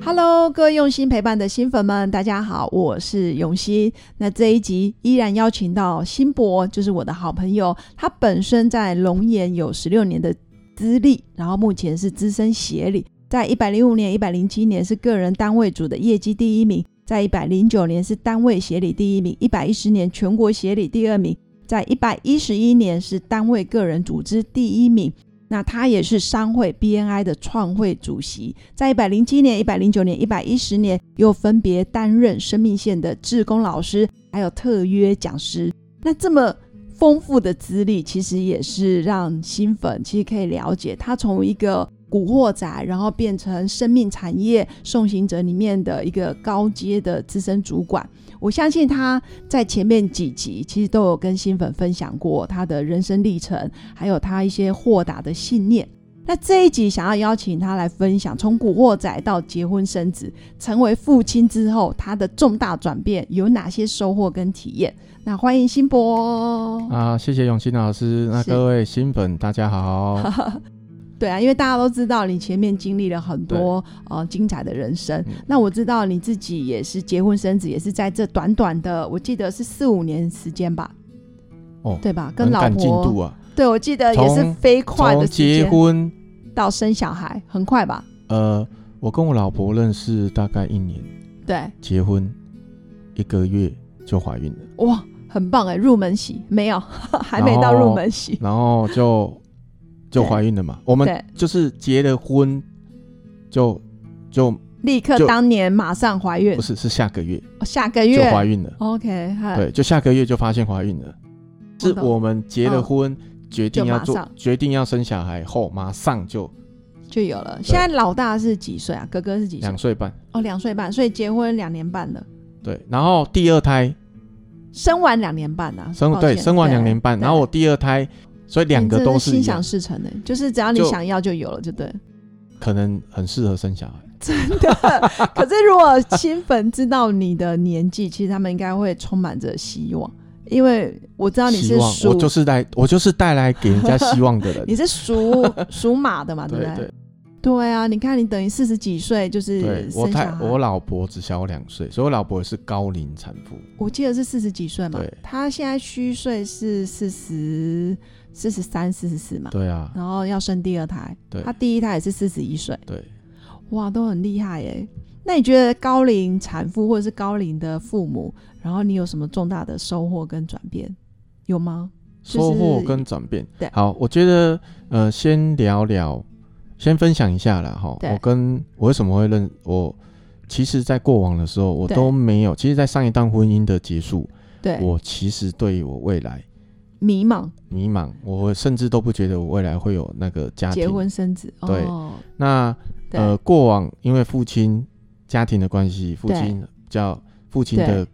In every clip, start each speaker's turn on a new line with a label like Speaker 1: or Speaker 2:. Speaker 1: Hello，各位用心陪伴的新粉们，大家好，我是永新。那这一集依然邀请到新博，就是我的好朋友，他本身在龙岩有十六年的资历，然后目前是资深协理，在一百零五年、一百零七年是个人单位组的业绩第一名，在一百零九年是单位协理第一名，一百一十年全国协理第二名，在一百一十一年是单位个人组织第一名。那他也是商会 BNI 的创会主席，在一百零七年、一百零九年、一百一十年又分别担任生命线的志工老师，还有特约讲师。那这么丰富的资历，其实也是让新粉其实可以了解，他从一个古惑仔，然后变成生命产业送行者里面的一个高阶的资深主管。我相信他在前面几集其实都有跟新粉分享过他的人生历程，还有他一些豁达的信念。那这一集想要邀请他来分享，从古惑仔到结婚生子，成为父亲之后他的重大转变有哪些收获跟体验？那欢迎新博。哦
Speaker 2: 啊，谢谢永新老师。那
Speaker 1: 是
Speaker 2: 各位新粉，大家好。
Speaker 1: 对啊，因为大家都知道你前面经历了很多呃精彩的人生。
Speaker 2: 嗯
Speaker 1: 那我知道你自己也是结婚生子，也是在这短短的，我记得是四五年时间吧，
Speaker 2: 哦，
Speaker 1: 对吧？跟
Speaker 2: 很
Speaker 1: 老
Speaker 2: 赶进度
Speaker 1: 婆，
Speaker 2: 啊，
Speaker 1: 对我记得也是
Speaker 2: 从
Speaker 1: 飞快
Speaker 2: 从
Speaker 1: 的时
Speaker 2: 结
Speaker 1: 间
Speaker 2: 婚，
Speaker 1: 到生小孩，很快吧？
Speaker 2: 呃，我跟我老婆认识大概一年，
Speaker 1: 对，
Speaker 2: 结婚一个月就怀孕了，
Speaker 1: 哇，很棒哎！入门喜没有， 还没到入门喜。
Speaker 2: 然后就就
Speaker 1: 对
Speaker 2: 怀孕了嘛。我们
Speaker 1: 对，
Speaker 2: 就是结了婚，就就
Speaker 1: 立刻
Speaker 2: 就
Speaker 1: 当年马上怀孕
Speaker 2: 不，是是下个月
Speaker 1: 哦下个
Speaker 2: 就
Speaker 1: 月
Speaker 2: 怀孕了，
Speaker 1: OK，嗨，
Speaker 2: 对，就下个月就发现怀孕了，
Speaker 1: 我
Speaker 2: 是
Speaker 1: 懂
Speaker 2: 我们结了
Speaker 1: 嗯
Speaker 2: 婚。决定
Speaker 1: 就
Speaker 2: 要
Speaker 1: 马
Speaker 2: 做
Speaker 1: 上，
Speaker 2: 决定要生小孩后，马上就
Speaker 1: 就有了。现在老大是几岁啊？哥哥是几岁
Speaker 2: 两？岁半，
Speaker 1: 哦，两岁半，所以结婚两年半了，
Speaker 2: 对，然后第二胎
Speaker 1: 生完两年半啊，
Speaker 2: 生
Speaker 1: 抱
Speaker 2: 对
Speaker 1: 歉
Speaker 2: 生完两年半，
Speaker 1: 对
Speaker 2: 然后我第二胎，所以两
Speaker 1: 你
Speaker 2: 个
Speaker 1: 真的
Speaker 2: 都
Speaker 1: 是
Speaker 2: 是一
Speaker 1: 心想
Speaker 2: 样，
Speaker 1: 事成的，就是只要你
Speaker 2: 就
Speaker 1: 想要就有了，就 对。
Speaker 2: 可能很适合生小孩。
Speaker 1: 可是如果新粉知道你的年纪，其实他们应该会充满着希望，因为我知道你
Speaker 2: 希
Speaker 1: 是
Speaker 2: 望
Speaker 1: 属
Speaker 2: 我就是带我就是带来给人家希望的人，
Speaker 1: 你是 属属马的嘛，对
Speaker 2: 对
Speaker 1: 不对？
Speaker 2: 对
Speaker 1: 对啊，你看你等于四十几岁就是
Speaker 2: 对，我
Speaker 1: 生小
Speaker 2: 太
Speaker 1: 孩，
Speaker 2: 我老婆只小我两岁，所以我老婆也是高龄产妇，
Speaker 1: 我记得是四十几岁嘛
Speaker 2: 对，
Speaker 1: 他现在虚岁是四十四十三、四十四嘛，
Speaker 2: 对啊，
Speaker 1: 然后要生第二胎，
Speaker 2: 对
Speaker 1: 他第一胎也是四十一岁，
Speaker 2: 对，
Speaker 1: 哇，都很厉害耶。那你觉得高龄产妇或者是高龄的父母，然后你有什么重大的收获跟转变？有吗？就是
Speaker 2: 收获跟转变
Speaker 1: 对。
Speaker 2: 好，我觉得呃，先聊聊，先分享一下啦哈。
Speaker 1: 对
Speaker 2: 我跟我为什么会认我，其实在过往的时候，我
Speaker 1: 对
Speaker 2: 都没有，其实，在上一段婚姻的结束，
Speaker 1: 对，
Speaker 2: 我其实对于我未来
Speaker 1: 迷茫、
Speaker 2: 迷茫，我甚至都不觉得我未来会有那个家庭。
Speaker 1: 结婚生子，
Speaker 2: 对
Speaker 1: 哦，
Speaker 2: 那
Speaker 1: 对，
Speaker 2: 呃，过往因为父亲家庭的关系，父
Speaker 1: 对
Speaker 2: 亲比较父亲的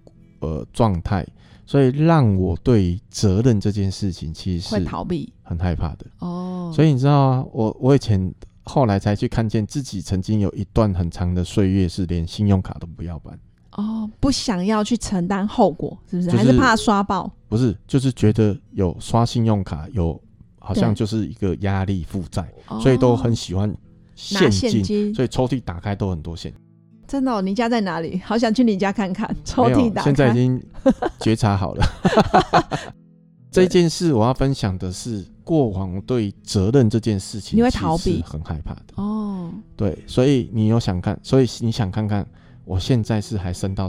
Speaker 2: 呃状态，所以让我对于责任这件事情其实
Speaker 1: 会
Speaker 2: 是
Speaker 1: 逃避
Speaker 2: 很害怕的。
Speaker 1: 哦，
Speaker 2: 所
Speaker 1: 以
Speaker 2: 以你知道啊，我我以前后来才去看见自己曾经有一段很长的岁月是连信用卡都不要办，
Speaker 1: 哦，不想要去承担后果，是不是？
Speaker 2: 就是
Speaker 1: 还是怕刷爆？
Speaker 2: 不是，就是觉得有刷信用卡有好像
Speaker 1: 对
Speaker 2: 就是一个压力负债。
Speaker 1: 哦
Speaker 2: 所以都很喜欢
Speaker 1: 拿
Speaker 2: 现
Speaker 1: 现
Speaker 2: 金，
Speaker 1: 金。
Speaker 2: 所以抽屉打开都很多现金。
Speaker 1: 真的哦、你家在哪里？好想去你家看看。抽
Speaker 2: 没
Speaker 1: 屉
Speaker 2: 有
Speaker 1: 打开，
Speaker 2: 现在已经觉察好 了。这件事我要分享的是，过往对责任这件事情，
Speaker 1: 你会逃避
Speaker 2: 很害怕的。
Speaker 1: 哦，
Speaker 2: 对，所以你有想看，所以你想看看，我现在是还生到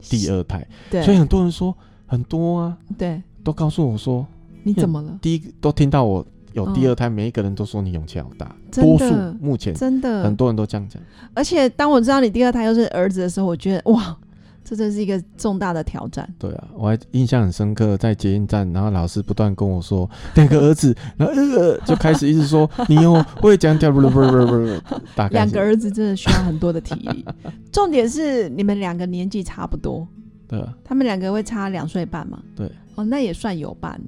Speaker 2: 第二胎，
Speaker 1: 对，
Speaker 2: 所以很多人说很多啊，
Speaker 1: 对，
Speaker 2: 都告诉我说，
Speaker 1: 你怎么了？
Speaker 2: 第一个都听到我有第
Speaker 1: 嗯
Speaker 2: 二胎，每一个人都说你勇气好大，
Speaker 1: 真
Speaker 2: 多
Speaker 1: 的
Speaker 2: 数目前
Speaker 1: 真的
Speaker 2: 很多人都这样讲。
Speaker 1: 而且当我知道你第二胎又是儿子的时候，我觉得哇，这真是一个重大的挑战。
Speaker 2: 对啊，我还印象很深刻，在捷运站，然后老师不断跟我说 两个儿子，然后呃就开始一直说你又会讲讲不不不不，大概
Speaker 1: 两
Speaker 2: 是
Speaker 1: 个儿子真的需要很多的体 力。重点是你们两个年纪差不多，
Speaker 2: 对啊
Speaker 1: 他们两个会差两岁半嘛？
Speaker 2: 对。
Speaker 1: 哦，那也算有伴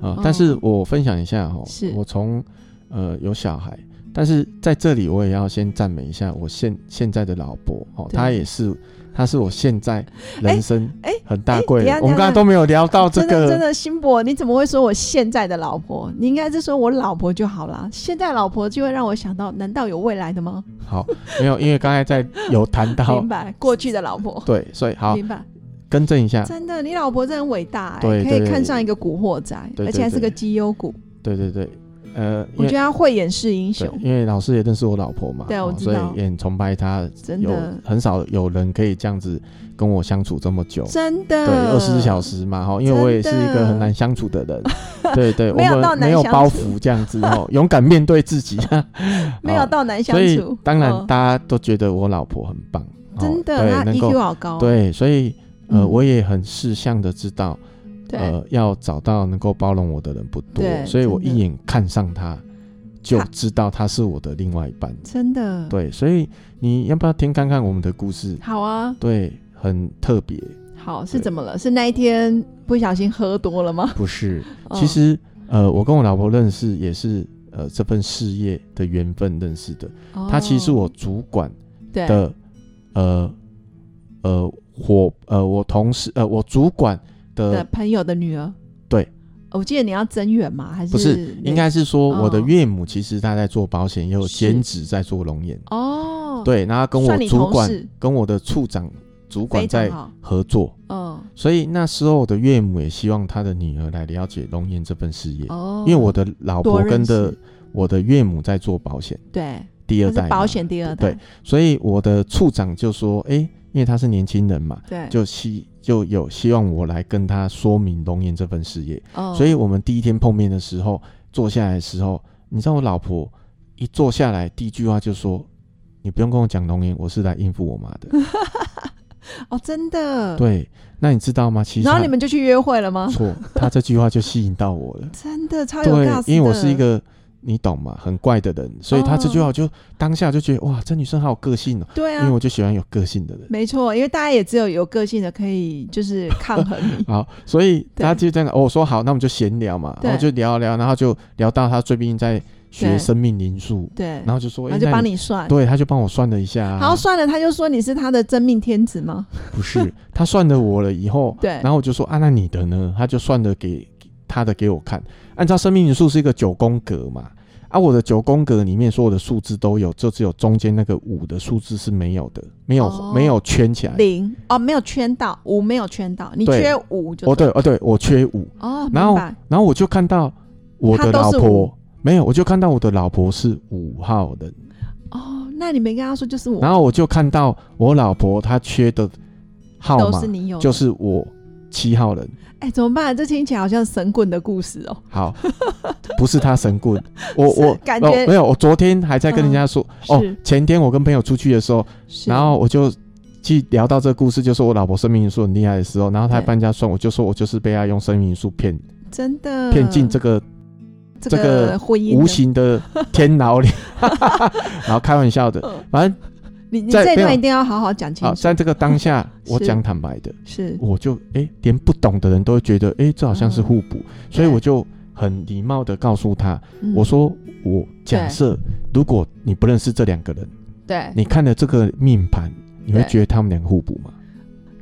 Speaker 2: 啊、
Speaker 1: 哦
Speaker 2: 但是我分享一下哈
Speaker 1: 是，
Speaker 2: 我从呃有小孩，但是在这里我也要先赞美一下我现现在的老婆哦，
Speaker 1: 对
Speaker 2: 她也是，她是我现在人生
Speaker 1: 哎
Speaker 2: 很大
Speaker 1: 哎
Speaker 2: 贵
Speaker 1: 等一
Speaker 2: 人。
Speaker 1: 下
Speaker 2: 我们
Speaker 1: 等一
Speaker 2: 刚刚
Speaker 1: 下
Speaker 2: 都没有聊到这
Speaker 1: 真的真
Speaker 2: 个，
Speaker 1: 的，辛博，你怎么会说我现在的老婆？你应该是说我老婆就好啦。现在老婆就会让我想到，难道有未来的吗？
Speaker 2: 好，没有，因为刚才在有谈 到
Speaker 1: 明，白，过去的老婆，
Speaker 2: 对，所以好
Speaker 1: 明白。
Speaker 2: 更正一下，
Speaker 1: 真的，你老婆真的很伟大、欸，
Speaker 2: 对
Speaker 1: 可以
Speaker 2: 对
Speaker 1: 看上一个古惑仔，
Speaker 2: 对
Speaker 1: 而且还是个
Speaker 2: 对
Speaker 1: 绩优股。
Speaker 2: 对对对，呃，因
Speaker 1: 我觉
Speaker 2: 为
Speaker 1: 得他慧眼识英
Speaker 2: 对
Speaker 1: 雄，
Speaker 2: 因为老师也认识我老婆嘛，
Speaker 1: 对我
Speaker 2: 哦
Speaker 1: 知
Speaker 2: 所以
Speaker 1: 道
Speaker 2: 也很崇拜她，
Speaker 1: 真
Speaker 2: 有
Speaker 1: 的，
Speaker 2: 很少有人可以这样子跟我相处这么久，
Speaker 1: 真的，
Speaker 2: 对，二十四小。时嘛，哈，因为我也是一个很难相处的人，对对，
Speaker 1: 没有
Speaker 2: 我
Speaker 1: 到
Speaker 2: 们
Speaker 1: 难
Speaker 2: 没有
Speaker 1: 相
Speaker 2: 包
Speaker 1: 处
Speaker 2: 袱这样子 哦，勇敢面对自己， 哦
Speaker 1: 没有到难相
Speaker 2: 所以
Speaker 1: 处，
Speaker 2: 当然
Speaker 1: 嗯
Speaker 2: 大家都觉得我老婆很棒，哦
Speaker 1: 真
Speaker 2: 对
Speaker 1: 的，他
Speaker 2: 能够
Speaker 1: EQ 好高，
Speaker 2: 对，所以呃，
Speaker 1: 嗯
Speaker 2: 我也很事项的知道，
Speaker 1: 对，
Speaker 2: 呃，要找到能够包容我的人不多
Speaker 1: 对，
Speaker 2: 所以我
Speaker 1: 真
Speaker 2: 一
Speaker 1: 的
Speaker 2: 眼看上他就
Speaker 1: 他
Speaker 2: 知道他是我的另外一半，
Speaker 1: 真的，
Speaker 2: 对，所以你要不要听看看我们的故事？
Speaker 1: 好啊，
Speaker 2: 对，很特别，
Speaker 1: 好是
Speaker 2: 对
Speaker 1: 怎么了？是那一天不小心喝多了吗？
Speaker 2: 不 是。
Speaker 1: 嗯
Speaker 2: 其实，呃，我跟我老婆认识也是呃这份事业的缘分认识的。她其实是
Speaker 1: 哦
Speaker 2: 我主管
Speaker 1: 对
Speaker 2: 的，呃呃伙呃我同事呃我主管
Speaker 1: 的
Speaker 2: 的
Speaker 1: 朋友的女儿，
Speaker 2: 呃对
Speaker 1: 哦，我记得你要增援嘛，还是
Speaker 2: 不是，应该是说我的
Speaker 1: 哦
Speaker 2: 岳母其实她在做保险，也有
Speaker 1: 是
Speaker 2: 兼职在做龙眼。
Speaker 1: 哦，，
Speaker 2: 对，然后跟我
Speaker 1: 算你
Speaker 2: 主
Speaker 1: 同
Speaker 2: 管
Speaker 1: 事
Speaker 2: 跟我的处长主管
Speaker 1: 非常
Speaker 2: 在
Speaker 1: 好，
Speaker 2: 合作，
Speaker 1: 嗯，
Speaker 2: 所以那时候我的岳母也希望她的女儿来了解龙眼这份事业，
Speaker 1: 哦，
Speaker 2: 因为我的老
Speaker 1: 多
Speaker 2: 婆
Speaker 1: 认
Speaker 2: 跟的
Speaker 1: 识
Speaker 2: 我的岳母在做保险。
Speaker 1: 对，
Speaker 2: 第
Speaker 1: 他
Speaker 2: 二
Speaker 1: 是
Speaker 2: 代嘛
Speaker 1: 保，险第二代，
Speaker 2: 所以我的处长就说：“诶，因为他是年轻人嘛，
Speaker 1: 对，
Speaker 2: 就希就有希望我来跟他说明龙岩这份事业。
Speaker 1: 哦
Speaker 2: 所以我们第一天碰面的时候，坐下来的时候，你知道我老婆一坐下来，第一句话就说：‘你不用跟我讲龙岩，我是来应付我妈 的。
Speaker 1: 哦，真的，’，
Speaker 2: 对，那你知道吗？其实
Speaker 1: 然后
Speaker 2: 他
Speaker 1: 你们就哎去约会了吗？
Speaker 2: 错，他这句话就吸引到我 了。
Speaker 1: 真的超有
Speaker 2: 对
Speaker 1: gas，，
Speaker 2: 因为我是一
Speaker 1: 的
Speaker 2: 个。”你懂吗？很怪的人，所以他这句话我就、当下就觉得哇，这女生好有个性哦、
Speaker 1: 对
Speaker 2: 因为
Speaker 1: 啊。
Speaker 2: 我就喜欢有个性的 人。，
Speaker 1: 没错，因为大家也只有有个性的可以就是抗衡你
Speaker 2: 好，所以
Speaker 1: 对
Speaker 2: 他就这样，哦我说好，那我们就闲聊嘛，
Speaker 1: 对
Speaker 2: 然后就聊一聊，然后就聊到他最近在学
Speaker 1: 对
Speaker 2: 生命灵数，
Speaker 1: 对，
Speaker 2: 然后就说，哎
Speaker 1: 然后
Speaker 2: 诶
Speaker 1: 就
Speaker 2: 那
Speaker 1: 帮你算，
Speaker 2: 对，他就帮我算了一下、啊
Speaker 1: 然后算了，他就说你是他的真命天子吗？
Speaker 2: 不是，他算了我了以后，
Speaker 1: 对
Speaker 2: 然后我就说啊，那你的呢？他就算了给他的给我看，按照生命灵数是一个九宫格嘛。啊，我的九宫格里面所有的数字都有，就只有中间那个五的数字是没有的，没有、
Speaker 1: 哦
Speaker 2: 没有圈起来。
Speaker 1: 零哦，没有圈到五，没有圈到，你
Speaker 2: 哎对
Speaker 1: 缺五就
Speaker 2: 哦对哦对，我缺五。
Speaker 1: 哦，
Speaker 2: 然
Speaker 1: 明
Speaker 2: 后
Speaker 1: 白
Speaker 2: 然后我就看到我的
Speaker 1: 她都
Speaker 2: 老
Speaker 1: 是五
Speaker 2: 婆没有，我就看到我的老婆是五号人，
Speaker 1: 哦，那你没跟他说就是我，
Speaker 2: 然后我就看到我老婆她缺的号
Speaker 1: 都
Speaker 2: 码
Speaker 1: 是你有的，
Speaker 2: 就是我七号人。
Speaker 1: 哎，怎么办？这听起来好像神棍的故事哦，
Speaker 2: 好， 不是他神棍，我
Speaker 1: 是
Speaker 2: 我
Speaker 1: 感觉
Speaker 2: 哦没有，我昨天还在跟人家说、
Speaker 1: 嗯
Speaker 2: 哦
Speaker 1: 是，
Speaker 2: 前天我跟朋友出去的时候，
Speaker 1: 是
Speaker 2: 然后我就。去聊到这个故事，就说我老婆生命因素很厉害的时候，然后她
Speaker 1: 对
Speaker 2: 搬家算，我就说我就是被她用生命因素骗
Speaker 1: 真的
Speaker 2: 骗进这个
Speaker 1: 这
Speaker 2: 这个
Speaker 1: 婚姻的
Speaker 2: 无，形的天牢 里，然后开玩笑的，
Speaker 1: 嗯
Speaker 2: 反正
Speaker 1: 你你
Speaker 2: 在
Speaker 1: 这一
Speaker 2: 没
Speaker 1: 段
Speaker 2: 有
Speaker 1: 一定要好好讲清
Speaker 2: 啊，
Speaker 1: 楚，
Speaker 2: 在这个 当下，
Speaker 1: 是
Speaker 2: 我讲坦白的，
Speaker 1: 是
Speaker 2: 我就哎、诶连不懂的人都会觉得哎、诶这好像是互补，所以我就很礼貌的告诉他，
Speaker 1: 嗯
Speaker 2: 我说我假设如果你不认识这两个人，
Speaker 1: 对，
Speaker 2: 你看了这个命盘，你会
Speaker 1: 对
Speaker 2: 觉得他们两个互补吗？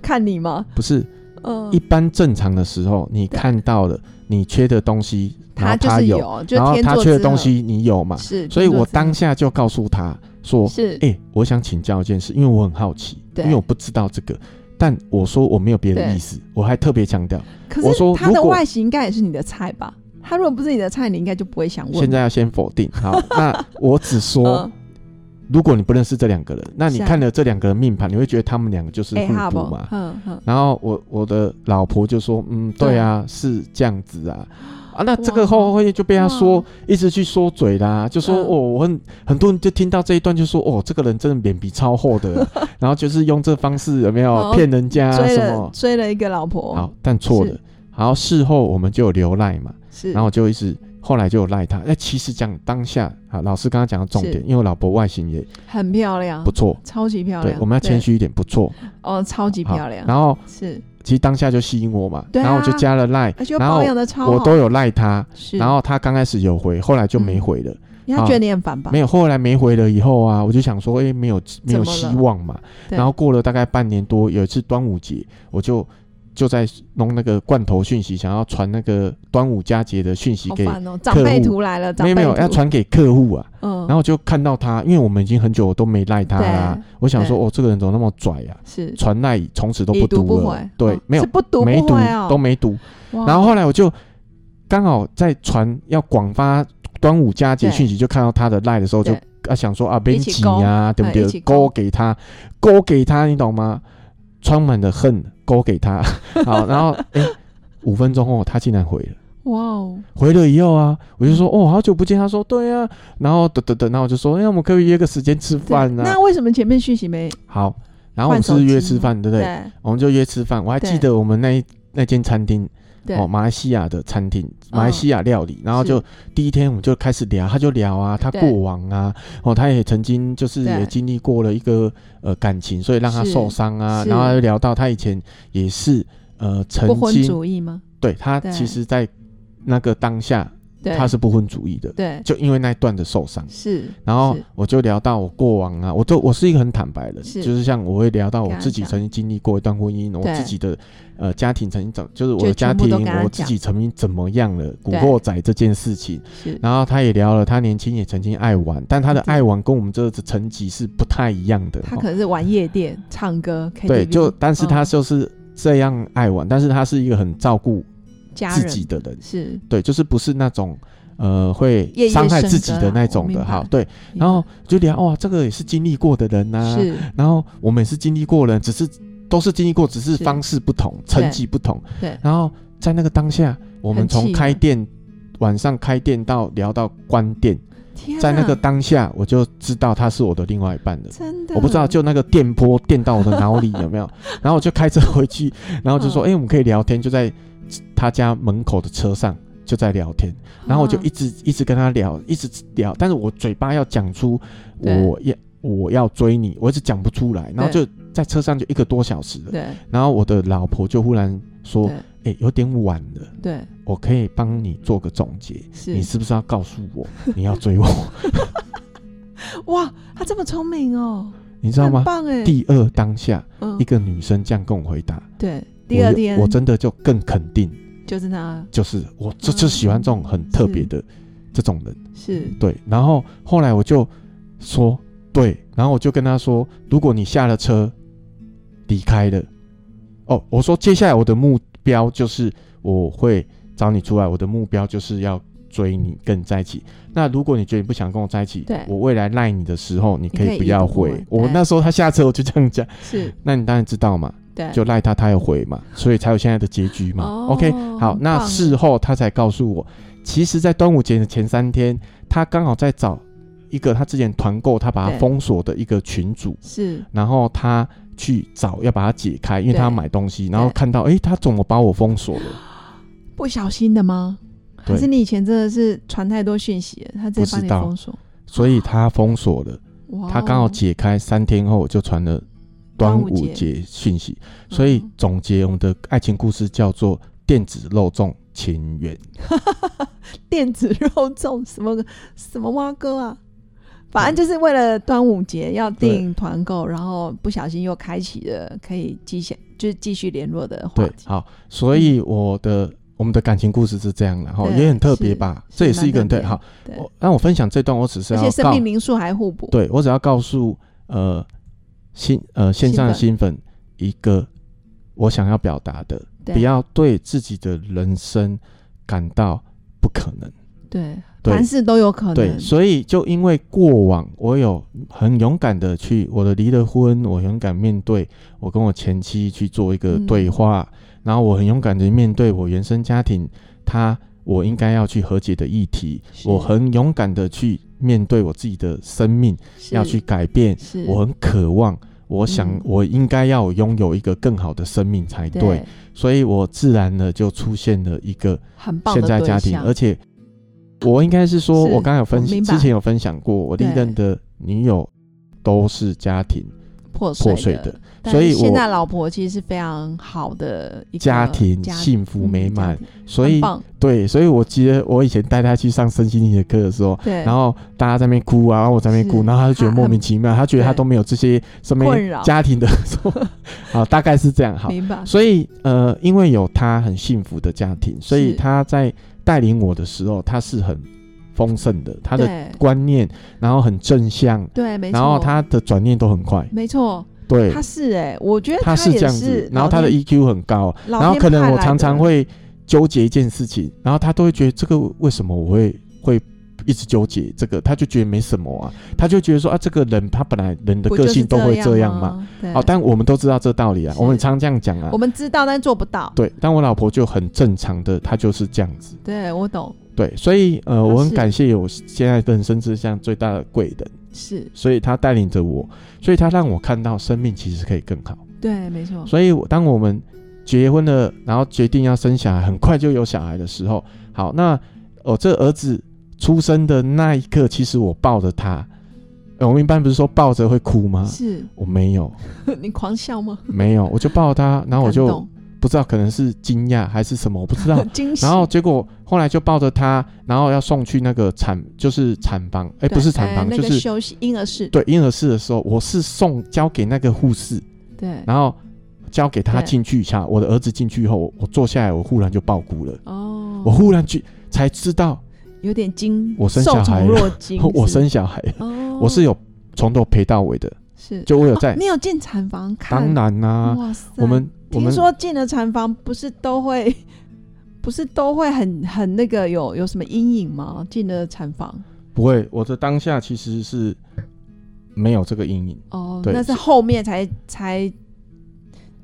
Speaker 1: 看你吗？
Speaker 2: 不是，
Speaker 1: 嗯
Speaker 2: 一，般正常的时候，你
Speaker 1: 对
Speaker 2: 看到了你缺的东西，然后
Speaker 1: 就
Speaker 2: 他
Speaker 1: 是
Speaker 2: 有，
Speaker 1: 有，就
Speaker 2: 然后
Speaker 1: 天
Speaker 2: 他
Speaker 1: 作
Speaker 2: 缺的
Speaker 1: 之
Speaker 2: 东
Speaker 1: 合
Speaker 2: 西你有嘛，
Speaker 1: 是，
Speaker 2: 所以
Speaker 1: 天作
Speaker 2: 我
Speaker 1: 之
Speaker 2: 当
Speaker 1: 合
Speaker 2: 下就告诉他说，
Speaker 1: 是
Speaker 2: 哎、我想请教一件事，因为我很好奇，
Speaker 1: 对
Speaker 2: 因为我不知道这个，但我说我没有别的意思，我还特别强调，
Speaker 1: 可
Speaker 2: 我
Speaker 1: 是
Speaker 2: 说
Speaker 1: 他
Speaker 2: 如
Speaker 1: 的
Speaker 2: 果
Speaker 1: 外形应该也是你的菜吧？他如果不是你的菜，你应该就不会想问。
Speaker 2: 现在要先否定。 好，那我只说
Speaker 1: 嗯，，
Speaker 2: 如果你不认识这两个人，那你
Speaker 1: 是啊
Speaker 2: 看了这两个人命盘，你会觉得他们两个就是
Speaker 1: 哎，哈
Speaker 2: 互
Speaker 1: 不
Speaker 2: 补嘛，？
Speaker 1: 嗯嗯，
Speaker 2: 然后我我的老婆就说，嗯，
Speaker 1: 对
Speaker 2: 对啊，是这样子啊。啊，那这个
Speaker 1: 哇
Speaker 2: 后会就被他
Speaker 1: 哇
Speaker 2: 说一直去说嘴啦，就说
Speaker 1: 嗯
Speaker 2: 哦，我很很多人就听到这一段就说哦，这个人真的脸皮超厚的啊， 然后就是用这方式有没
Speaker 1: 哦
Speaker 2: 有骗人家啊
Speaker 1: 追
Speaker 2: 什
Speaker 1: 了
Speaker 2: 么？
Speaker 1: 追了一个老婆，
Speaker 2: 好，但错
Speaker 1: 是
Speaker 2: 了。好，事后我们就有留赖嘛，
Speaker 1: 是，
Speaker 2: 然后就一直后来就有赖他。那其实讲当下啊，老师刚刚讲的重点
Speaker 1: 是，哦
Speaker 2: 因为我老婆外形也
Speaker 1: 很漂亮
Speaker 2: 不，错，
Speaker 1: 超级漂
Speaker 2: 对
Speaker 1: 亮。，
Speaker 2: 我们要谦虚一点，不错，
Speaker 1: 哦，超级
Speaker 2: 好
Speaker 1: 漂亮，
Speaker 2: 然后
Speaker 1: 是
Speaker 2: 其实当下就吸引我嘛，
Speaker 1: 对啊
Speaker 2: 然后我就加了赖，
Speaker 1: 而且又
Speaker 2: 然后
Speaker 1: 保养的超好，嗯
Speaker 2: 我都有赖他，
Speaker 1: 是，
Speaker 2: 然后他刚开始有回，后来就没回了，
Speaker 1: 因为他觉得你很烦吧？
Speaker 2: 没有，后来没回了以后啊，我就想说，哎、没有没有
Speaker 1: 怎么
Speaker 2: 希
Speaker 1: 了
Speaker 2: 望嘛，
Speaker 1: 对
Speaker 2: 然后过了大概半年多，有一次端午节，我就就在弄那个罐头讯息，想要传那个端午佳节的讯息
Speaker 1: 好
Speaker 2: 给，
Speaker 1: 烦哦，长辈图来了，长
Speaker 2: 没
Speaker 1: 辈
Speaker 2: 有
Speaker 1: 图
Speaker 2: 没有要，传给客户啊，
Speaker 1: 嗯，
Speaker 2: 然后就看到他，因为我们已经很久都没赖他啦、
Speaker 1: 对
Speaker 2: 我想说，
Speaker 1: 对
Speaker 2: 哦，这个人怎么那么拽啊？
Speaker 1: 是
Speaker 2: 传赖从此都
Speaker 1: 已
Speaker 2: 不
Speaker 1: 读
Speaker 2: 读
Speaker 1: 不
Speaker 2: 了
Speaker 1: 回，，
Speaker 2: 对
Speaker 1: 嗯，
Speaker 2: 没有
Speaker 1: 是不读
Speaker 2: 没
Speaker 1: 不
Speaker 2: 读
Speaker 1: 回哦，
Speaker 2: 都没读，
Speaker 1: 哇
Speaker 2: 然后后来我就刚好在传要广发端午佳节
Speaker 1: 对
Speaker 2: 讯息，就看到他的赖的时候就
Speaker 1: 对。
Speaker 2: 啊，想说啊，编
Speaker 1: 一起
Speaker 2: 辑啊，对不
Speaker 1: 哎一
Speaker 2: 对？
Speaker 1: 起
Speaker 2: 勾
Speaker 1: 勾
Speaker 2: 给他，勾给他，你懂吗？充满了恨，勾 给他。好，然后哎，五分钟后他竟然回了，
Speaker 1: 哇哦，
Speaker 2: 回了以后啊，我就说
Speaker 1: 嗯
Speaker 2: 哦，好久不见。他说对啊，然后等等等，然后我就说，哎，我们可不可以约个时间吃
Speaker 1: 对
Speaker 2: 饭啊
Speaker 1: 那。为什么前面讯息没
Speaker 2: 好，然后我
Speaker 1: 换
Speaker 2: 们是
Speaker 1: 手机
Speaker 2: 约吃饭，对不对？我们就约吃饭。我还记
Speaker 1: 对
Speaker 2: 得我们那一那间餐厅，
Speaker 1: 对哦
Speaker 2: 哦，马来西亚的餐厅，马来西亚料理，然后
Speaker 1: 是
Speaker 2: 就第一天我们就开始聊，他就聊啊，他
Speaker 1: 对
Speaker 2: 过往啊，哦，他也曾经就是
Speaker 1: 对
Speaker 2: 也经历过了一个呃感情，所以让他
Speaker 1: 是
Speaker 2: 受伤啊，
Speaker 1: 是
Speaker 2: 然后他就聊到他以前也是呃曾
Speaker 1: 不婚
Speaker 2: 经
Speaker 1: 主义吗？
Speaker 2: 对他
Speaker 1: 对
Speaker 2: 其实，在那个当下
Speaker 1: 对，
Speaker 2: 他是不婚主义的，
Speaker 1: 对
Speaker 2: 就因为那一段的受伤。
Speaker 1: 是，
Speaker 2: 然后
Speaker 1: 是
Speaker 2: 我就聊到我过往啊，我都我是一个很坦白的人，
Speaker 1: 是
Speaker 2: 就是像我会聊到我
Speaker 1: 跟他
Speaker 2: 自己
Speaker 1: 讲
Speaker 2: 曾经经历过一段婚姻，我
Speaker 1: 对
Speaker 2: 自己的呃家庭曾经怎，就是我
Speaker 1: 就
Speaker 2: 的家
Speaker 1: 全部
Speaker 2: 庭
Speaker 1: 都跟他
Speaker 2: 我自己曾经怎么样了，古
Speaker 1: 对
Speaker 2: 惑仔这件事情。
Speaker 1: 是
Speaker 2: 然后他也聊了，他年轻也曾经爱玩，但他的
Speaker 1: 对
Speaker 2: 爱玩跟我们这个层级是不太一样的。
Speaker 1: 他
Speaker 2: 哦
Speaker 1: 可能是玩夜店、唱歌、KTV，
Speaker 2: 对，就但是他
Speaker 1: 嗯
Speaker 2: 就是这样爱玩，但是他是一个很照顾
Speaker 1: 家
Speaker 2: 自
Speaker 1: 人
Speaker 2: 己的人，
Speaker 1: 是，
Speaker 2: 对，就是不是那种。呃，会
Speaker 1: 夜夜
Speaker 2: 伤害自
Speaker 1: 笙
Speaker 2: 己
Speaker 1: 歌
Speaker 2: 的
Speaker 1: 啦
Speaker 2: 那
Speaker 1: 我
Speaker 2: 种
Speaker 1: 明
Speaker 2: 的，
Speaker 1: 白
Speaker 2: 好，对，然后就聊哇，这个也是经历过的人呐、啊
Speaker 1: 是
Speaker 2: 然后我们也是经历过人，只是都是经历过，只是
Speaker 1: 是
Speaker 2: 方式不同，层级不同。
Speaker 1: 对
Speaker 2: 然后在那个当下，我们
Speaker 1: 很气
Speaker 2: 从开店晚上开店到聊到关店，
Speaker 1: 天
Speaker 2: 在那
Speaker 1: 哪
Speaker 2: 个当下，我就知道他是我的另外一半了。
Speaker 1: 真的
Speaker 2: 我不知道，就那个电波电到我的脑里有 没有？然后我就开车回去，然后就
Speaker 1: 嗯
Speaker 2: 说：“哎、我们可以聊天。”就在他家门口的车上就在聊天。然后我就
Speaker 1: 嗯
Speaker 2: 一直一直跟他聊，一直聊，但是我嘴巴要讲出
Speaker 1: 对
Speaker 2: 我要我要追你，我一直讲不出来，然后
Speaker 1: 对
Speaker 2: 就在车上就一个多小时了。
Speaker 1: 对
Speaker 2: 然后我的老婆就忽然说
Speaker 1: 对：“
Speaker 2: 哎、有点晚了，
Speaker 1: 对
Speaker 2: 我可以帮你做个总结，
Speaker 1: 是
Speaker 2: 你是不是要告诉我你要追我？
Speaker 1: 哇，他这么聪明哦，
Speaker 2: 你知
Speaker 1: 知
Speaker 2: 道吗？
Speaker 1: 棒哎，
Speaker 2: 第二当下，
Speaker 1: 嗯
Speaker 2: 一个女生这样跟我回答，
Speaker 1: 对第二
Speaker 2: 我
Speaker 1: 天
Speaker 2: 我真的就更肯定，
Speaker 1: 就是他
Speaker 2: 就是我就就喜欢这种很特
Speaker 1: 哦
Speaker 2: 别
Speaker 1: 是
Speaker 2: 的这种人。”
Speaker 1: 是
Speaker 2: 对，然后后来我就说对，然后我就跟他说，如果你下了车离开了，哦，我说接下来我的目标就是我会找你出来，我的目标就是要追你，跟你在一起。那如果你觉得你不想跟我在一起
Speaker 1: 对，
Speaker 2: 我未来赖你的时候，你可
Speaker 1: 可
Speaker 2: 以
Speaker 1: 以
Speaker 2: 不
Speaker 1: 一
Speaker 2: 要
Speaker 1: 步不
Speaker 2: 回
Speaker 1: 回。
Speaker 2: 我
Speaker 1: 对
Speaker 2: 那时候他下车我就这样讲，
Speaker 1: 是
Speaker 2: 那你当然知道嘛，
Speaker 1: 对
Speaker 2: 就赖他，他有回嘛，所以才有现在的结局嘛。
Speaker 1: 嗯哦
Speaker 2: OK，好
Speaker 1: 很，
Speaker 2: 那
Speaker 1: 棒
Speaker 2: 事后他才告诉我，其实，在端午节的前三天，他刚好在找一个他之前团购他把他
Speaker 1: 对
Speaker 2: 封锁的一个群主，
Speaker 1: 是
Speaker 2: 然后他去找要把它解开，因为
Speaker 1: 对
Speaker 2: 他要买东西，然后
Speaker 1: 对
Speaker 2: 看到诶，他怎么把我封锁 了？
Speaker 1: 不小心的吗？
Speaker 2: 对
Speaker 1: 还是你以前真的是传太多讯息了，他直接把
Speaker 2: 不知
Speaker 1: 你
Speaker 2: 道
Speaker 1: 封锁？
Speaker 2: 所以他封锁了，
Speaker 1: 哇哦，
Speaker 2: 他刚好解开三天后就传了
Speaker 1: 端
Speaker 2: 端
Speaker 1: 午
Speaker 2: 午
Speaker 1: 节
Speaker 2: 节讯息，所以
Speaker 1: 嗯
Speaker 2: 总结我们的爱情故事叫做电子肉粽情缘。
Speaker 1: 电子肉粽什么什么蛙哥啊，反正就是为了端午节要订团购，然后不小心又开启了可以继续就是继续联络的话
Speaker 2: 对，
Speaker 1: 题。
Speaker 2: 好，所以我的、我们的感情故事是这样的，哈，
Speaker 1: 对
Speaker 2: 也很特别吧？
Speaker 1: 是
Speaker 2: 这也是一个
Speaker 1: 蛮
Speaker 2: 很
Speaker 1: 特
Speaker 2: 特
Speaker 1: 别
Speaker 2: 好。
Speaker 1: 对
Speaker 2: 我让我分享这段，我只是
Speaker 1: 而
Speaker 2: 要
Speaker 1: 且生
Speaker 2: 告
Speaker 1: 命，灵数还互补，
Speaker 2: 对我只要告诉呃新呃线上的新粉一个我想要表达的，
Speaker 1: 对
Speaker 2: 不要对自己的人生感到不可能。
Speaker 1: 对，
Speaker 2: 对
Speaker 1: 凡事都有可
Speaker 2: 对，
Speaker 1: 能。
Speaker 2: 所以就因为过往我有很勇敢的去我的离了婚，我勇敢面对我跟我前妻去做一个
Speaker 1: 嗯
Speaker 2: 对话，然后我很勇敢的面对我原生家庭，他我应该要去和解的议题，
Speaker 1: 是
Speaker 2: 我很勇敢的去面对我自己的生命
Speaker 1: 是
Speaker 2: 要去改变，
Speaker 1: 是
Speaker 2: 我很渴望。我想
Speaker 1: 嗯，
Speaker 2: 我应该要拥有一个更好的生命才对，
Speaker 1: 对，
Speaker 2: 所以我自然的就出现了一个
Speaker 1: 很棒
Speaker 2: 现
Speaker 1: 的
Speaker 2: 在
Speaker 1: 对
Speaker 2: 家庭，
Speaker 1: 象，
Speaker 2: 而且我应该是说，
Speaker 1: 是
Speaker 2: 我刚才有分
Speaker 1: 我明白
Speaker 2: 之前有分享过，我历
Speaker 1: 对
Speaker 2: 任的女友都是家庭
Speaker 1: 破
Speaker 2: 破碎
Speaker 1: 的
Speaker 2: 的，
Speaker 1: 但
Speaker 2: 所以
Speaker 1: 现
Speaker 2: 我
Speaker 1: 在老婆其实是非常好的一个
Speaker 2: 家庭
Speaker 1: 家
Speaker 2: 幸福
Speaker 1: 嗯
Speaker 2: 美
Speaker 1: 家
Speaker 2: 满
Speaker 1: 庭，
Speaker 2: 所以
Speaker 1: 很棒
Speaker 2: 对，所以我记得我以前带他去上身心灵的课的时候，
Speaker 1: 对，
Speaker 2: 然后大家在那边哭啊，然后我在那边哭，
Speaker 1: 是
Speaker 2: 然后他就觉得
Speaker 1: 他
Speaker 2: 莫
Speaker 1: 很
Speaker 2: 名其妙，他觉得他
Speaker 1: 对
Speaker 2: 都没有这些什么
Speaker 1: 困扰
Speaker 2: 家庭的什 么，好，大概是这样好。
Speaker 1: 明白，
Speaker 2: 所以呃，因为有他很幸福的家庭，所以
Speaker 1: 是
Speaker 2: 他在带领我的时候，他是很丰盛的，他的
Speaker 1: 对
Speaker 2: 观念，然后很正向，
Speaker 1: 对，没错，
Speaker 2: 然后他的转念都很快，
Speaker 1: 没错，
Speaker 2: 对
Speaker 1: 他，是哎、我觉得
Speaker 2: 他
Speaker 1: 也
Speaker 2: 这样
Speaker 1: 是
Speaker 2: 子，然后他的
Speaker 1: 老天
Speaker 2: EQ 很高，
Speaker 1: 老
Speaker 2: 然后
Speaker 1: 天
Speaker 2: 可能
Speaker 1: 派
Speaker 2: 我
Speaker 1: 来
Speaker 2: 常
Speaker 1: 的
Speaker 2: 常会纠结一件事情，然后他都会觉得这个为什么我会会一直纠结这个，他就觉得没什么啊，他就觉得说啊，这个人他本来人的
Speaker 1: 不
Speaker 2: 个
Speaker 1: 就是
Speaker 2: 性都会
Speaker 1: 这
Speaker 2: 这样嘛。
Speaker 1: 吗？对
Speaker 2: 哦，但我们都知道这道理啊，
Speaker 1: 是
Speaker 2: 我们常这样讲啊
Speaker 1: 我。们知道，但做不到。
Speaker 2: 对，但我老婆就很正常的，她就是这样子。
Speaker 1: 对，我懂，
Speaker 2: 对，所以呃，我很
Speaker 1: 是
Speaker 2: 感谢有现在人生之上最大的贵人，
Speaker 1: 是
Speaker 2: 所以她带领着我，所以她让我看到生命其实可以更好。
Speaker 1: 对，没错，
Speaker 2: 所以我当我们结婚了，然后决定要生小孩，很快就有小孩的时候，好，那哦，这儿子出生的那一刻，其实我抱着他，呃我们一般不是说抱着会哭吗？
Speaker 1: 是
Speaker 2: 我没有，
Speaker 1: 你狂笑吗？
Speaker 2: 没有，我就抱着 他，然后我
Speaker 1: 感
Speaker 2: 就
Speaker 1: 动。
Speaker 2: 不知道可能是惊讶还是什么，我不知道
Speaker 1: 惊喜，
Speaker 2: 然后结果后来就抱着他，然后要送去那个产，就是产房，哎，
Speaker 1: 对
Speaker 2: 不是产
Speaker 1: 哎
Speaker 2: 房，
Speaker 1: 那
Speaker 2: 就
Speaker 1: 个
Speaker 2: 是
Speaker 1: 休息婴儿室，
Speaker 2: 对婴儿室的时候，我是送交给那个护士，
Speaker 1: 对，
Speaker 2: 然后交给他
Speaker 1: 对
Speaker 2: 进去一下。我的儿子进去以后，我我坐下来，我忽然就爆哭了。
Speaker 1: 哦，
Speaker 2: 我忽然去才知道，
Speaker 1: 有点惊，
Speaker 2: 我生
Speaker 1: 受
Speaker 2: 小孩
Speaker 1: 宠
Speaker 2: 了
Speaker 1: 若惊，
Speaker 2: 我
Speaker 1: 是
Speaker 2: 生小孩，
Speaker 1: 哦，
Speaker 2: 我是有从头陪到尾的，
Speaker 1: 是
Speaker 2: 就我有
Speaker 1: 哦
Speaker 2: 在。
Speaker 1: 你有进产房看？
Speaker 2: 当然啦、
Speaker 1: 哇塞，
Speaker 2: 我们我
Speaker 1: 听
Speaker 2: 们
Speaker 1: 说进了产房不是都会， 不是都会很很那个有有什么阴影吗？进了产房
Speaker 2: 不会，我的当下其实是没有这个阴影。
Speaker 1: 哦，
Speaker 2: 对
Speaker 1: 那是后面才才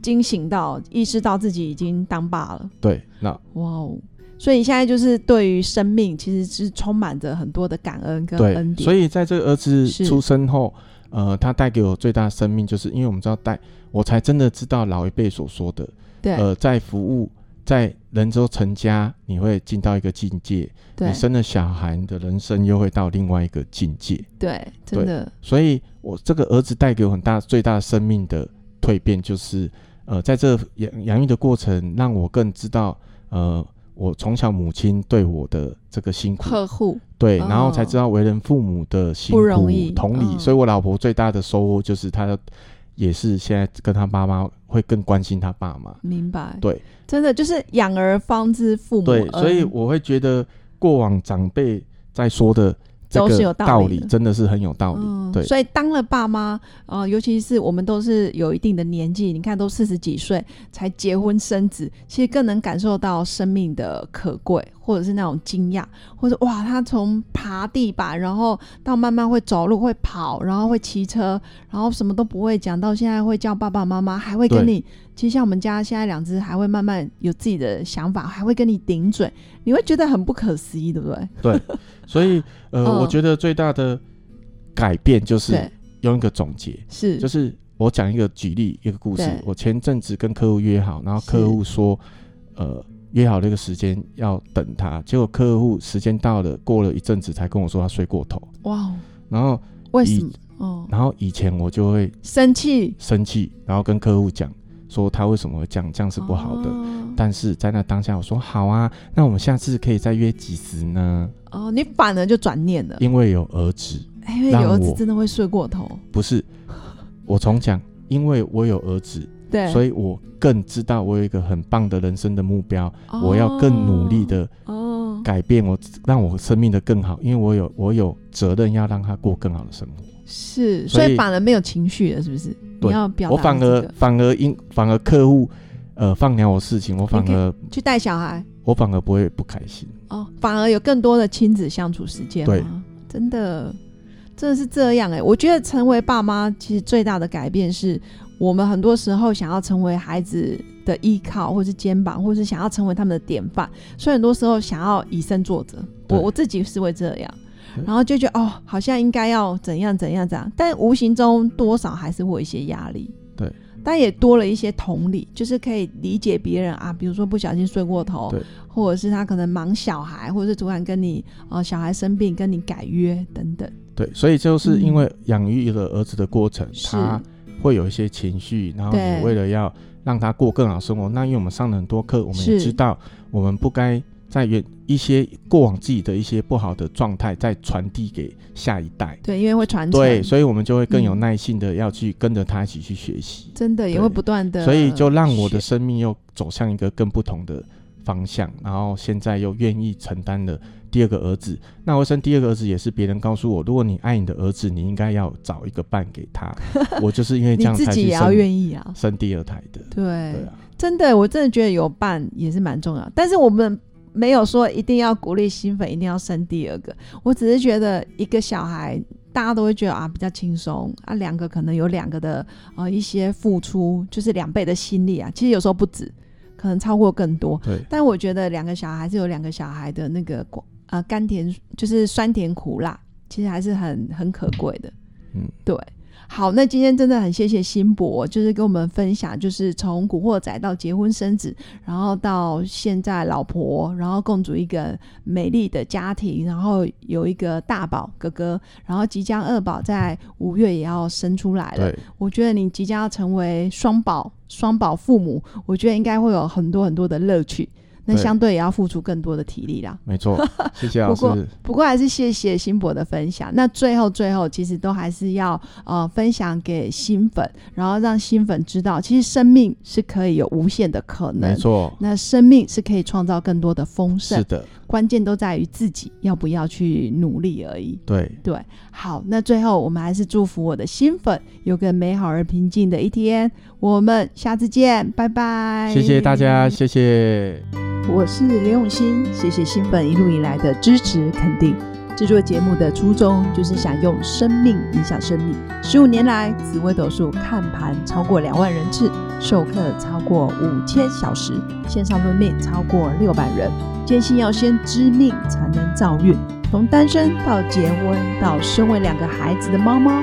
Speaker 1: 惊醒到，意识到自己已经当爸了。
Speaker 2: 对，那
Speaker 1: 哇哦！所以你现在就是对于生命其实是充满着很多的感恩跟恩
Speaker 2: 对，
Speaker 1: 典。
Speaker 2: 所
Speaker 1: 以
Speaker 2: 以在这个儿子
Speaker 1: 是
Speaker 2: 出生后，呃，他带给我最大的生命，就是因为我们知道带，我才真的知道老一辈所说的，
Speaker 1: 对、
Speaker 2: 呃，在服务，在人之后成家，你会进到一个境界，
Speaker 1: 对
Speaker 2: 你生了小孩，你的人生又会到另外一个境界。
Speaker 1: 对，真的
Speaker 2: 所以，我这个儿子带给我很大、最大的生命的蜕变，就是呃，在这养养育的过程，让我更知道，呃，我从小母亲对我的这个辛苦，
Speaker 1: 客户
Speaker 2: 对，
Speaker 1: 哦
Speaker 2: 然后才知道为人父母的辛苦，
Speaker 1: 不容易
Speaker 2: 同理，
Speaker 1: 嗯
Speaker 2: 所以我老婆最大的收获就是她的，也是现在跟她爸妈会更关心她爸妈。
Speaker 1: 明白。
Speaker 2: 对，
Speaker 1: 真的就是养儿方知父母
Speaker 2: 对
Speaker 1: 恩，，
Speaker 2: 所以我会觉得过往长辈在说的这
Speaker 1: 都是有
Speaker 2: 个
Speaker 1: 道
Speaker 2: 道
Speaker 1: 理
Speaker 2: 理，
Speaker 1: 的嗯
Speaker 2: 真的是很有道理。对，
Speaker 1: 所以当了爸妈，呃，尤其是我们都是有一定的年纪，你看都四十几岁才结婚生子，其实更能感受到生命的可贵，或者是那种惊讶，或者哇，他从爬地板，然后到慢慢会走路、会跑，然后会骑车，然后什么都不会讲，到现在会叫爸爸妈妈，还会跟
Speaker 2: 对
Speaker 1: 你，其实像我们家现在两只还会慢慢有自己的想法，还会跟你顶嘴，你会觉得很不可思议，对不对？
Speaker 2: 所以呃，
Speaker 1: 嗯
Speaker 2: 我觉得最大的改变就是
Speaker 1: 对，
Speaker 2: 用一个总结，
Speaker 1: 是，
Speaker 2: 就是我讲一个举例一个故事
Speaker 1: 对。
Speaker 2: 我前阵子跟客户约好，然后客户说，呃，约好那个时间要等他，结果客户时间到了，过了一阵子才跟我说他睡过头。
Speaker 1: 哇哦，
Speaker 2: 然后，
Speaker 1: 为
Speaker 2: 以
Speaker 1: 什么？哦，
Speaker 2: 然后以前我就会
Speaker 1: 生气
Speaker 2: 生气，然后跟客户讲说他为什么会这样，这样是不好的。
Speaker 1: 哦
Speaker 2: 但是在那当下，我说好啊，那我们下次可以再约几时呢？
Speaker 1: 哦，你反而就转念了，
Speaker 2: 因为有儿子，
Speaker 1: 哎因为
Speaker 2: 让
Speaker 1: 有儿子
Speaker 2: 我
Speaker 1: 真的会睡过头。
Speaker 2: 不是我重讲，因为我有儿子，
Speaker 1: 对，
Speaker 2: 所
Speaker 1: 以
Speaker 2: 以我更知道我有一个很棒的人生的目标，我要更努力的
Speaker 1: 哦，
Speaker 2: 改变我，让我生命的更好，因为我有我有责任要让他过更好的生活。
Speaker 1: 是，
Speaker 2: 所
Speaker 1: 所
Speaker 2: 以
Speaker 1: 以反而没有情绪了，是不是？你
Speaker 2: 对
Speaker 1: 要表达
Speaker 2: 我反
Speaker 1: 这
Speaker 2: 而
Speaker 1: 个
Speaker 2: 反而因反而客户呃放鸟我事情，我反
Speaker 1: 你可以
Speaker 2: 而
Speaker 1: 去带小孩
Speaker 2: 我反而不会不开心。
Speaker 1: 哦，反而有更多的亲子相处时间。啊
Speaker 2: 对，
Speaker 1: 真的，真的是这样哎、我觉得成为爸妈，其实最大的改变是我们很多时候想要成为孩子的依靠，或是肩膀，或是想要成为他们的典范，所以很多时候想要以身作则。我
Speaker 2: 对
Speaker 1: 我自己是会这样
Speaker 2: 嗯。
Speaker 1: 然后就觉得哦，好像应该要怎样怎样怎样，但无形中多少还是会有一些压力。
Speaker 2: 对，
Speaker 1: 但也多了一些同理，就是可以理解别人啊，比如说不小心睡过头
Speaker 2: 对，
Speaker 1: 或者是他可能忙小孩，或者是突然跟你呃小孩生病跟你改约等等。
Speaker 2: 对，所以就是因为养育了儿子的过程，
Speaker 1: 嗯是
Speaker 2: 他会有一些情绪，然后
Speaker 1: 对
Speaker 2: 你为了要让他过更好生活，那因为我们上了很多课，我们也
Speaker 1: 是
Speaker 2: 知道我们不该在原一些过往自己的一些不好的状态再传递给下一代。
Speaker 1: 对，因为会传承，
Speaker 2: 对，所以我们就会更有
Speaker 1: 嗯
Speaker 2: 耐心的要去跟着他一起去学习，
Speaker 1: 真的也
Speaker 2: 对
Speaker 1: 会不断呃的，
Speaker 2: 所以就让我的生命又走向一个更不同的方向。然后现在又愿意承担了第二个儿子。那我生第二个儿子也是别人告诉我，如果你爱你的儿子，你应该要找一个伴给 他。我就是因为这
Speaker 1: 你
Speaker 2: 样
Speaker 1: 自
Speaker 2: 才
Speaker 1: 己
Speaker 2: 去
Speaker 1: 也要
Speaker 2: 生
Speaker 1: 愿意啊，
Speaker 2: 生第二胎的。
Speaker 1: 对，
Speaker 2: 对啊，
Speaker 1: 真的，我真的觉得有伴也是蛮重要，但是我们。没有说一定要鼓励新粉一定要生第二个，我只是觉得一个小孩大家都会觉得啊比较轻松啊，两个可能有两个的呃一些付出，就是两倍的心力啊，其实有时候不止，可能超过更多。
Speaker 2: 对
Speaker 1: 但我觉得两个小孩还是有两个小孩的那个果呃甘甜，就是酸甜苦辣，其实还是很很可贵的。
Speaker 2: 嗯，
Speaker 1: 对。好，那今天真的很谢谢辛博，就是跟我们分享，就是从古惑仔到结婚生子，然后到现在老婆，然后共组一个美丽的家庭，然后有一个大宝哥哥，然后即将二宝在五月也要生出来了。
Speaker 2: 啊对，
Speaker 1: 我觉得你即将要成为双宝双宝父母，我觉得应该会有很多很多的乐趣。那
Speaker 2: 对
Speaker 1: 相对也要付出更多的体力啦。
Speaker 2: 没错。谢谢 老
Speaker 1: 不过
Speaker 2: 师。
Speaker 1: 不过还是谢谢辛博的分享。那最后最后，其实都还是要呃分享给新粉，然后让新粉知道，其实生命是可以有无限的可
Speaker 2: 没
Speaker 1: 能。
Speaker 2: 错，
Speaker 1: 那生命是可以创造更多的丰
Speaker 2: 是
Speaker 1: 盛，
Speaker 2: 的，
Speaker 1: 关键都在于自己要不要去努力而已。
Speaker 2: 对，
Speaker 1: 对，好，那最后我们还是祝福我的新粉有个美好而平静的一天。我们下次见，拜拜。
Speaker 2: 谢谢大家，谢谢。
Speaker 3: 我是刘永新，谢谢新粉一路以来的支持肯定。制作节目的初衷就是想用生命影响生命。十五年来，紫微斗数看盘超过两万人次，授课超过五千小时，线上论命超过六百人。坚信要先知命才能造运，从单身到结婚，到身为两个孩子的妈妈，